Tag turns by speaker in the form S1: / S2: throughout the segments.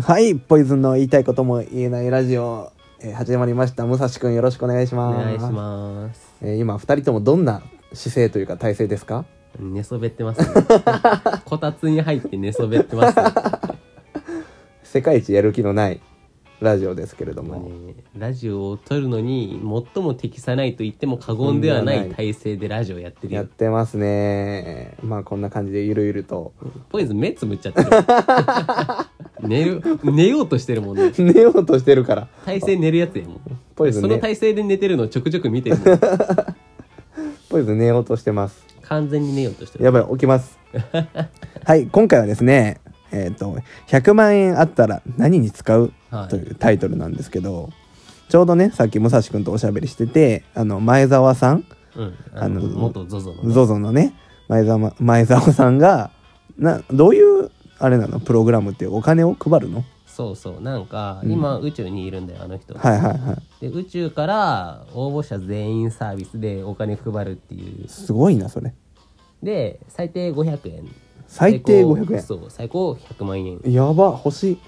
S1: はい、ポイズンの言いたいことも言えないラジオ、えー始まりました。武蔵くんよろしくお願いし
S2: お
S1: ます。
S2: 願いします
S1: えー今、二人ともどんな姿勢というか体勢ですか
S2: 寝そべってますね こたつに入って寝そべってます、
S1: 世界一やる気のないラジオですけれど
S2: も
S1: も。
S2: うねラジオを撮るのに最も適さないと言っても過言ではない体勢でラジオやってる
S1: やっ
S2: よ
S1: てますね。まあ、こんな感じでゆるゆると。
S2: ポイズン目つむっちゃってる寝る 寝ようとしてるもんね
S1: 寝ようとしてるから。
S2: 体勢寝るやつやもん
S1: ポイズン
S2: そ
S1: ね
S2: の体勢で寝てるのをちょくちょく見てるもん
S1: ポイズン寝ようとしてます。
S2: 完全に寝ようとしてる
S1: やばい、起き ます。はい、今回はですね、えっ、と、100万円あったら何に使う
S2: はい
S1: というタイトルなんですけど、ちょうどね、さっき武蔵くんとおしゃべりしてて、あの、前澤さん、
S2: うんあ
S1: あ
S2: の
S1: の
S2: 元 ZOZO の
S1: ZOZO のね、前澤前澤さんが、な、どういう、あれなの、プログラムってお金を配るの
S2: そうそうなんか今宇宙にいるんだよあの人
S1: はいはいはい。
S2: で宇宙から応募者全員サービスでお金配るっていう
S1: すごいな、それ。
S2: で最低500円
S1: 最低
S2: 高
S1: 500円
S2: そう最高100万円
S1: やば、欲しい。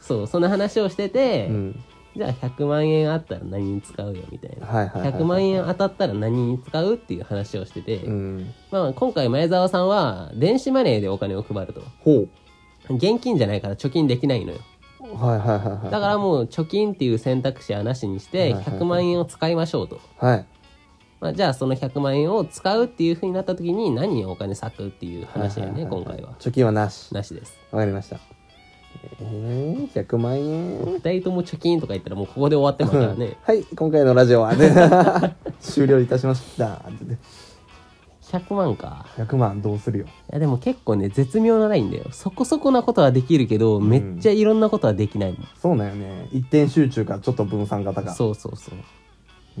S2: そうその話をしてて、
S1: うん。
S2: じゃあ100万円あったら何に使うよみたいな、
S1: はいはいはいはい
S2: 100万円当たったら何に使うっていう話をしてて、
S1: うん。
S2: まあ、今回前澤さんは電子マネーでお金を配ると
S1: ほう。
S2: 現金じゃないから貯金できないのよ
S1: はいはいはいはい。
S2: だからもう貯金っていう選択肢はなしにして
S1: はいはいはい
S2: 100万円を使いましょうと
S1: はい。
S2: まあ、じゃあその100万円を使うっていうふうになった時に何にお金割くっていう話だよね、
S1: はいはい
S2: 今
S1: はい
S2: 回は
S1: 貯金はなし。
S2: なしです
S1: わかりました。えー、100万円。
S2: 2人とも貯金とか言ったらもうここで終わってますからね
S1: はい、今回のラジオは、ね、 終了いたしました。
S2: 100万か
S1: 100万どうするよ。
S2: いやでも結構ね絶妙なラインだよそこそこなことはできるけど、めっちゃいろんなことはできないもん
S1: そうなんよね。一点集中か、ちょっと分散型か。
S2: そうそうそう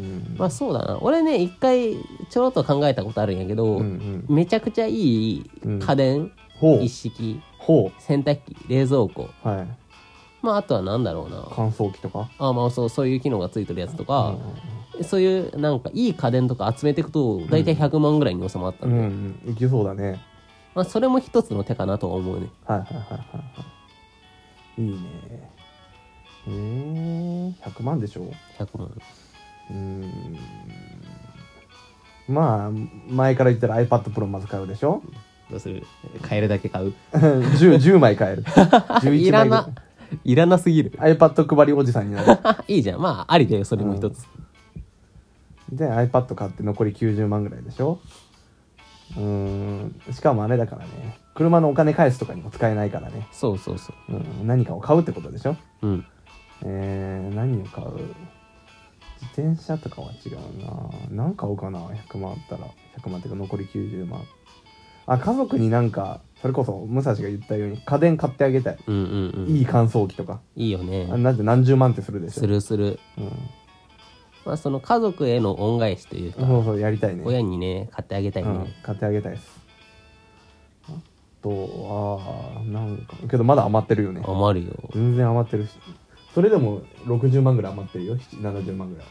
S1: うん。
S2: まあそうだな俺ね一回ちょろっと考えたことあるんやけど、
S1: うんうん
S2: めちゃくちゃいい家電、
S1: ほう
S2: 一。式
S1: ほ
S2: 洗濯機冷蔵庫
S1: う。はい。
S2: まああとは何だろうな
S1: 乾燥機とか。
S2: あまあそうそういう機能がついてるやつとか、そういうなんかいい家電とか集めていくと大体100万ぐらいに収まった
S1: うん
S2: で、
S1: ん、うん。いけそうだね。
S2: まあ、それも一つの手かなとは思うね
S1: はいはいはいはいはい。いいね。えー、100万でしょ
S2: 100万
S1: うーん。まあ、前から言ったら iPad Pro まず買うでしょ
S2: どうする買えるだけ買 う
S1: 10, 10枚 買える11
S2: いら
S1: 枚ぐら
S2: な いらなすぎる
S1: い iPad 配りおじさんになる
S2: いいじゃんまあありだよそれも一つ、
S1: で iPad 買って残り90万ぐらいでしょうーんしかもあれだからね車のお金返すとかにも使えないからね、
S2: そうそうそ
S1: うん、何かを買うってことでしょ
S2: ううん
S1: えー、何を買う自転車とかは違うな何買おうかな100万あったら100万っていうか残り90万あ家族になんかそれこそ武蔵が言ったように家電買ってあげたい
S2: うんうんうんい
S1: いい乾燥機とか
S2: いよ
S1: あ
S2: ね
S1: なんて何十万ってするでしょ
S2: するする
S1: うん
S2: まあその家族への恩返しというか、
S1: そうそうやりたいね
S2: 親にね買ってあげたいね、
S1: うん、買ってあげたいですあとはなんかけどまだ余ってるよね
S2: 余るよ
S1: 全然余ってるしそれでも60万ぐらい余ってるよ7 70万ぐらい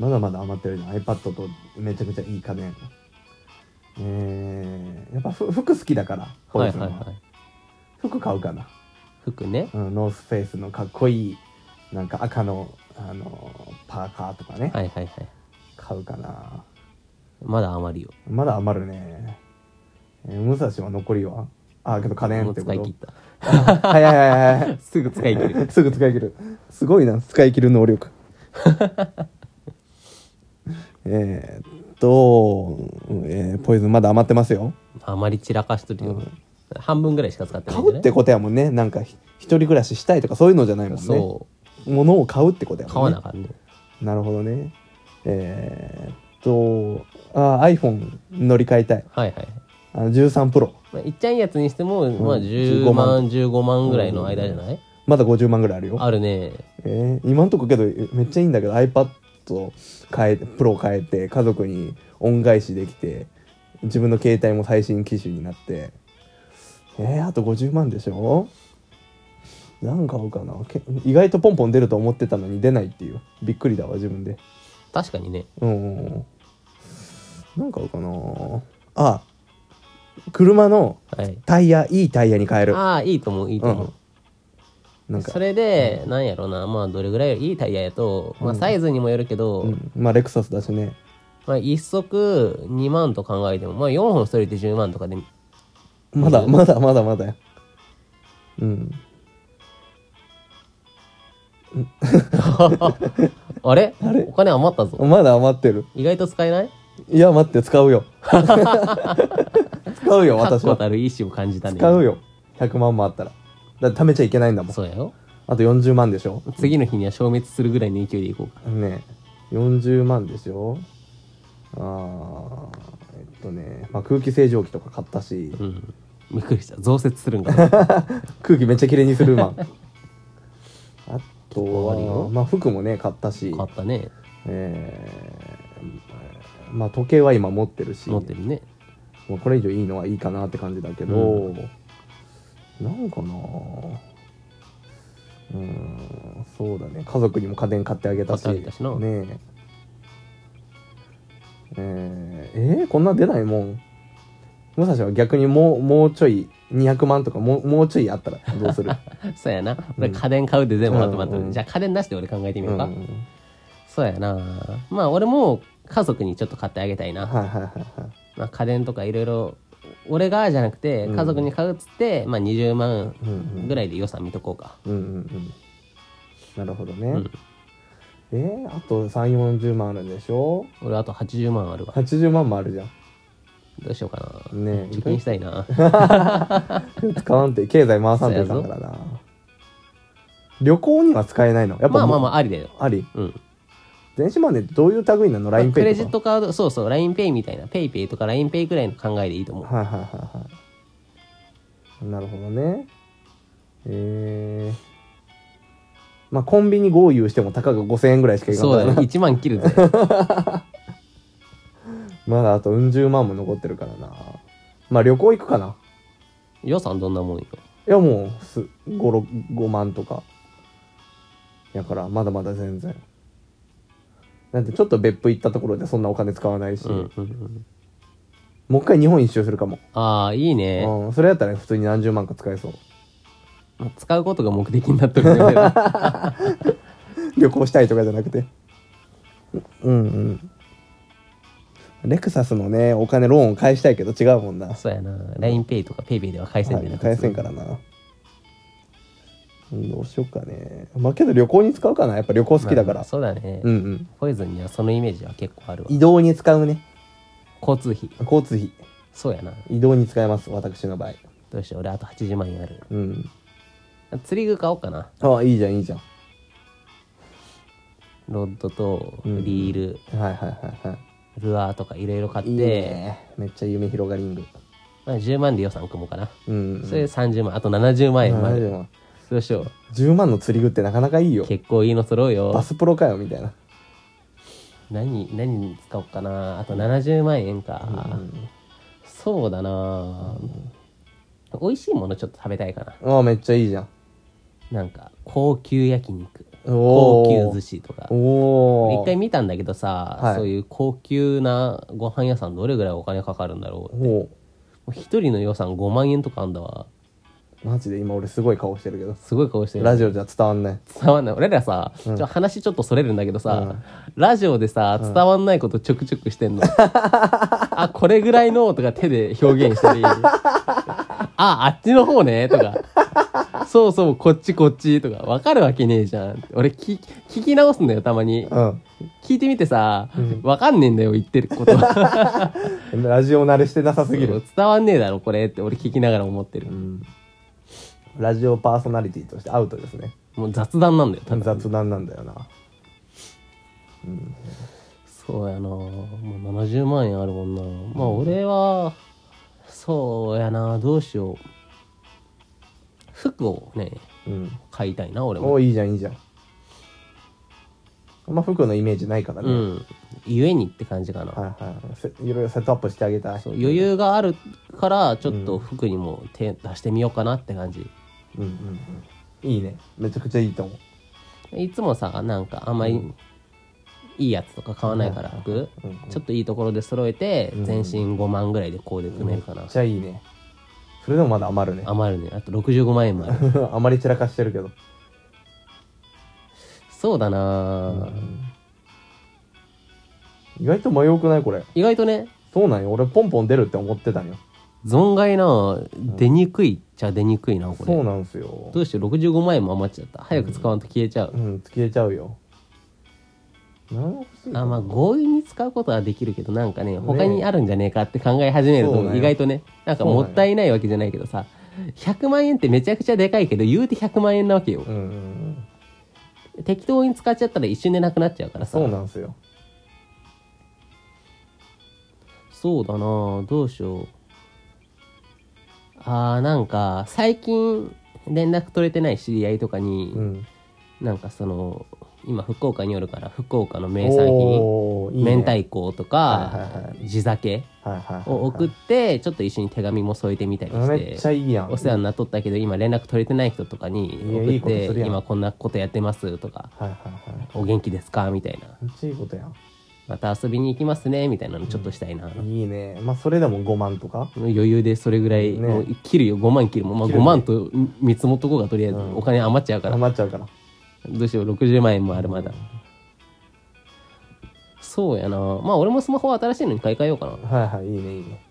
S1: まだまだ余ってるね iPad とめちゃくちゃいい家電えー、やっぱふ服好きだからポ
S2: は
S1: イ
S2: い
S1: ズン
S2: はいはい
S1: 服買うかな、
S2: 服ね
S1: うん、ノースフェイスのかっこいいなんか赤の、あのパーカーとかね、
S2: はいはいはい
S1: 買うかな
S2: まだ余るよ
S1: まだ余るね。えー武蔵は残りはあ、けど家電
S2: も
S1: っ
S2: う
S1: てこ
S2: 使い
S1: と
S2: 切っ。た
S1: あはいはいはいはい。
S2: すぐ使い切 る。
S1: すぐ使い切る。すごいな、使い切る能 力。えーっと、えーポイズンまだ余ってますよ。
S2: あまり散らかしとるよ、半分ぐらいしか使ってな
S1: 買
S2: いんじゃ
S1: う
S2: な
S1: っ
S2: い
S1: てことやもんね。なんかひ一人暮らししたいとかそういうのじゃないもんね。
S2: そ
S1: 物を買うってことや
S2: う
S1: もんね。
S2: 買わなあかんね
S1: なるほどね。えーっと、あ、iPhone 乗り換えたい。
S2: はいはい、
S1: あの13 Pro。
S2: まあ、いっちゃいやつにしても、まあ
S1: 15
S2: 10
S1: 万
S2: 万15万ぐらいの間じゃない、
S1: まだ50万ぐらいあるよ。
S2: あるね
S1: えー今んとこけどめっちゃいいんだけど iPad を変えプロ変えて家族に恩返しできて自分の携帯も最新機種になってえー、あと50万でしょ何買おうかなけ意外とポンポン出ると思ってたのに出ないっていうびっくりだわ自分で
S2: 確かにね
S1: うんうんうん何買おうかなあ車の
S2: はい、
S1: タイヤいいタイヤに変える
S2: ああいいと思ういいと思う、
S1: なんか
S2: それで、なんやろなまあどれぐらいいいタイヤやと、まあ、サイズにもよるけど、
S1: うんまあレクサスだしね
S2: まあ、1足2万と考えても、まあ、4本それて10万と かで
S1: まだまだまだまだようん
S2: あれお金余ったぞ
S1: まだ余ってる
S2: 意外と使えない
S1: いや待って使うよ 使うよ
S2: 確
S1: 私
S2: 固
S1: は
S2: たる意志を感じたね
S1: 使うよ100万もあったらだって貯めちゃいけないんだもん
S2: そうやよ
S1: あと40万でしょ
S2: 次の日には消滅するぐらいの勢いでいこうか
S1: ね40万でしょあーえっとね、まあ、空気清浄機とか買ったし
S2: うんびっくりした増設するんかな
S1: 空気めっちゃ綺麗にする マンあと
S2: あるよ
S1: は、まあ、服もね買ったし
S2: 買った ね
S1: えーまあ時計は今持ってるし
S2: 持ってるね
S1: もうこれ以上いいのはいいかなって感じだけど、
S2: う
S1: なんかなぁうーんそうだね家族にも家電買ってあげたし
S2: 買ってあげたしな
S1: ねええーえーこんな出ないもん武蔵は逆にもうもうちょい200万とかもうもうちょいあったらどう する
S2: そうやな俺家電買うで全部まとまって
S1: うんうん
S2: るじゃあ家電出して俺考えてみようか、
S1: うん
S2: そうやなまあ俺も家族にちょっと買ってあげたいな、
S1: はいはいはいはい
S2: まあ、家電とかいろいろ俺がじゃなくて
S1: うん
S2: 家族に買うっつって、まあ20万
S1: うんうん
S2: ぐらいで予算見とこうか、
S1: うんうんうんなるほどね、
S2: うん
S1: えーあと3 4 0万あるでしょ
S2: 俺あと80万あるわ
S1: 80万もあるじゃん
S2: どうしようかな
S1: ねえ
S2: 貯金したいな
S1: 使わんて経済回さんといかんからな旅行には使えないのやっぱ
S2: まあまあま
S1: あ
S2: あありだよ
S1: あり
S2: うん
S1: 電子マネーってどういう類なの
S2: まあ
S1: LINEPay とか
S2: クレジットカードそうそう LINEPay みたいな PayPay とか LINEPay ぐらいの考えでいいと思う
S1: はいはいはいはいなるほどねえー、まあコンビニ豪遊してもたかが5000円ぐらいしかいかん
S2: そう
S1: か
S2: だ
S1: ら
S2: ね
S1: な
S2: 1万切るぜ
S1: まだあとうん十万も残ってるからなまあ旅行行くかな
S2: 予算どんなもんよ
S1: いやもうす 5, 6 5万とかやからまだまだ全然だってちょっと別府行ったところでそんなお金使わないし、
S2: うんうんうん
S1: もう一回日本一周するかも、
S2: ああいいね、
S1: うん、それやったら普通に何十万か使えそう
S2: まあ使うことが目的になってるね俺ら
S1: 旅行したいとかじゃなくてうんうんレクサスのねお金ローンを返したいけど違うもんな、は
S2: そうやな LINEPay とか PayPay では返せんねん
S1: い、
S2: な
S1: 返せんからなうんどうしようかねまあけど旅行に使うかなやっぱ旅行好きだから、
S2: まあそうだね、
S1: うんうん
S2: ポイズンにはそのイメージは結構あるわ
S1: 移動に使うね
S2: 交通費
S1: 交通費
S2: そうやな
S1: 移動に使えます私の場合
S2: どうしよう俺あと80万円ある
S1: うん
S2: 釣り具買おうかな
S1: あいいじゃんいいじゃん
S2: ロッドと
S1: うん
S2: リール、
S1: はいはいはいは
S2: ルアーとかいろいろ買って
S1: いいいねめっちゃ夢広がりング
S2: まあ、10万で予算組もうかな、
S1: うん
S2: それで30万あと70万円まで
S1: 70万
S2: どうしよう
S1: 10万の釣り具ってなかなかいいよ
S2: 結構いいの揃う
S1: バ
S2: よ
S1: スプロかよみたいな
S2: 何何に使おうかなあと70万円か、そうだな、美味しいものちょっと食べたいかな
S1: あめっちゃいいじゃん
S2: なんか高級焼肉
S1: おー
S2: 高級寿司とか
S1: お
S2: 一
S1: お
S2: 回見たんだけどさ、
S1: はい
S2: そういう高級なご飯屋さんどれぐらいお金かかるんだろう
S1: お
S2: もう一人の予算5万円とかあんだわ
S1: マジで今俺すごい顔してるけど
S2: すごい顔してる
S1: ラジオじゃ伝わんない
S2: 伝わんない俺らさ、ちょ話ちょっとそれるんだけどさ、ラジオでさ伝わんないことちょくちょくしてんの、あこれぐらいのとか手で表現したり ああっちの方ねとかそうそうこっちこっちとか分かるわけねえじゃん俺聞聞き直すんだよたまに
S1: う
S2: 聞いてみてさ、分かんねえんだよ言ってること
S1: んラジオ慣れしてなさすぎ
S2: そ
S1: る
S2: う伝わんねえだろこれって俺聞きながら思ってる、
S1: ラジオパーソナリティとしてアウトですね
S2: もう雑談なんだよただ
S1: 雑談なんだよな
S2: そうやなもう70万円あるもんなまあ俺はそうやなどうしよう服をね
S1: うん
S2: 買いたいな俺も
S1: おいいじゃんいいじゃんあんま服のイメージないからね、
S2: うんゆえにって感じかな、
S1: はいはいせいろいろセットアップしてあげたい
S2: そう余裕があるからちょっと服にも手出してみようかなって感じ
S1: うんうんうんいいねめちゃくちゃいいと思う
S2: いつもさなんかあんまりいいやつとか買わないから服
S1: うんうん
S2: ちょっといいところで揃えて
S1: うん
S2: 全身5万ぐらいでコーデ組めるか
S1: め
S2: な
S1: っちゃいいねそれでもまだ余るね
S2: 余るねあと65万円もある
S1: あまり散らかしてるけど
S2: そうだな
S1: 意外と迷うくないこれ
S2: 意外とね
S1: そうなんよ俺ポンポン出るって思ってたんよ
S2: 存外な出にくいっちゃ出にくいなこ
S1: そう
S2: れ
S1: なんすよ
S2: どうしよう65万円も余っちゃった早く使わんと消えちゃう
S1: うん消えちゃうよなんか欲しい
S2: あまあ強引に使うことはできるけどなんかね
S1: ね
S2: 他にあるんじゃねえかって考え始める
S1: そうなん
S2: と
S1: よ
S2: 意外とねなんかもったいないわけじゃないけどさ100万円ってめちゃくちゃでかいけど言うて100万円なわけよ
S1: うんうんうん
S2: 適当に使っちゃったら一瞬でなくなっちゃうからさ
S1: そうなんすよ
S2: そうだなあどうしようあーなんか最近連絡取れてない知り合いとかに、
S1: うん
S2: なんかその今福岡におるから福岡の名産品
S1: おーいいね
S2: 明太子とか、
S1: はいはいは
S2: 地酒
S1: はいはいはいはい
S2: を送って、ちょっと一緒に手紙も添えてみたり
S1: めっ
S2: し
S1: ちゃ
S2: て
S1: いいやん
S2: お世話になっとったけど今連絡取れてない人とかに
S1: いやいいこと
S2: 送
S1: す
S2: っ
S1: る
S2: て
S1: やん
S2: 今こんなことやってますとか
S1: はいはいはい
S2: お元気ですかみたいな
S1: めっちゃいいことやん
S2: また遊びに行きますねみたいなのちょっとしたいな、
S1: いいねまあそれでも5万とか
S2: 余裕でそれぐらい、
S1: ね
S2: もう切るよ5万切るもん、まあ、
S1: 切る
S2: 5
S1: ね
S2: 万と見積もっとこうがとりあえず
S1: うん
S2: お金余っちゃうから、
S1: 余っちゃうから
S2: どうしよう60万円もあるまだそうやなまあ俺もスマホは新しいのに買い替えようかな
S1: はいはいいいねいいね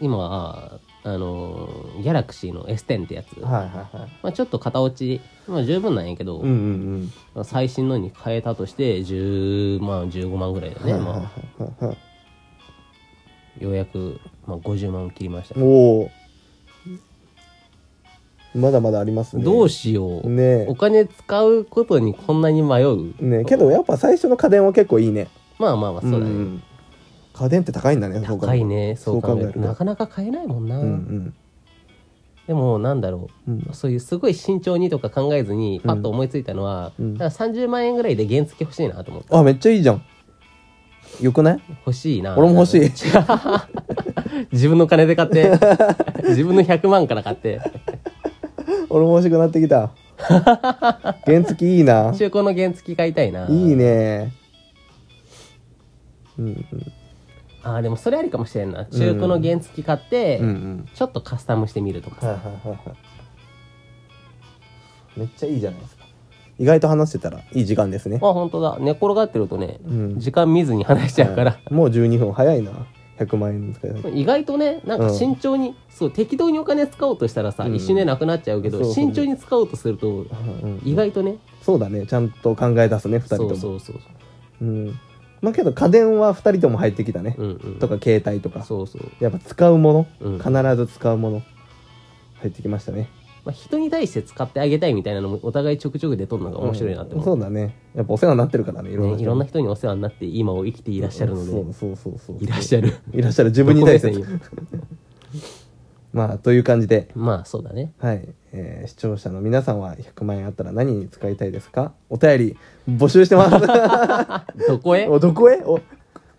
S2: 今あのーギャラクシーの S10 ってやつ、
S1: はいはいはい
S2: まあ、ちょっと型落ち、まあ、十分なんやけど、
S1: うんうん
S2: まあ最新のに変えたとして10万15万ぐらいだね、ま
S1: うんはい
S2: あ、ようやく、まあ、50万を切りました、
S1: おおまだまだありますね
S2: どうしよう、
S1: ねえ
S2: お金使うことにこんなに迷う
S1: ねけどやっぱ最初の家電は結構いいね
S2: まあまあまあそうだね、
S1: ん家電って高いんだねそう考
S2: 高
S1: える
S2: いねそう考え
S1: そう考え
S2: る
S1: ると
S2: なかなか買えないもんな、
S1: うん
S2: でもなんだろう、
S1: うん
S2: そういうすごい慎重にとか考えずにパッと思いついたのは、
S1: うん
S2: なんか30万円ぐらいで原付欲しいなと思って
S1: うんあめっちゃいいじゃんよくない
S2: 欲しいな
S1: 俺も欲しい
S2: 自分の金で買って 自分の100万から買って
S1: 俺も欲しくなってきた原付きいいな
S2: 中古の原付買いたいない
S1: いね
S2: あーでもそれありかもしれんな中古の原付買って、
S1: うんうん
S2: ちょっとカスタムしてみるとか
S1: はい
S2: さ、
S1: はいはいはいめっちゃいいじゃないですか意外と話してたらいい時間ですね
S2: あ本当だ寝転がってるとね、
S1: うん
S2: 時間見ずに話しちゃうから、
S1: もう12分早いな100万円の使い方
S2: 意外とねなんか
S1: うん
S2: 慎重に、そう適当にお金使おうとしたらさ、
S1: うん
S2: 一瞬でなくなっちゃうけど
S1: そうそう
S2: 慎重に使おうとすると
S1: うん
S2: 意外とね、
S1: そうだねちゃんと考え出すね2人と
S2: そ
S1: も
S2: うそうそ
S1: う
S2: う
S1: んまあけど家電は2人とも入ってきたね、
S2: うんうん
S1: とか携帯とか
S2: そうそう、
S1: やっぱ使うもの、
S2: うん
S1: 必ず使うもの入ってきましたね
S2: まあ、人に対して使ってあげたいみたいなのもお互いちょくちょく出とんのが面白いなって
S1: うん
S2: 思、
S1: そううだねやっぱお世話になってるからねいろんな
S2: ね、
S1: 人
S2: いろんな人にお世話になって今を生きていらっしゃるので、
S1: そうそうそうそう
S2: いらっしゃる
S1: いらっしゃる自分に対して
S2: どこ目線よ
S1: まあという感じで
S2: まあそうだね
S1: はい、えー視聴者の皆さんは100万円あったら何に使いたいですかお便り募集してます
S2: どこ へ
S1: おどこへお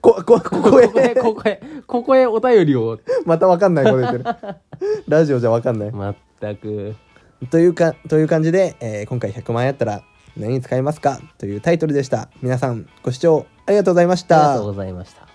S1: ここここへ
S2: ここへここへここへお便りを
S1: またわかんないこれ言ってるラジオじゃわかんない
S2: まったく
S1: というかという感じで、えー今回100万円あったら何に使いますかというタイトルでした皆さんご視聴ありがとうございまし
S2: あり
S1: た
S2: がとうございました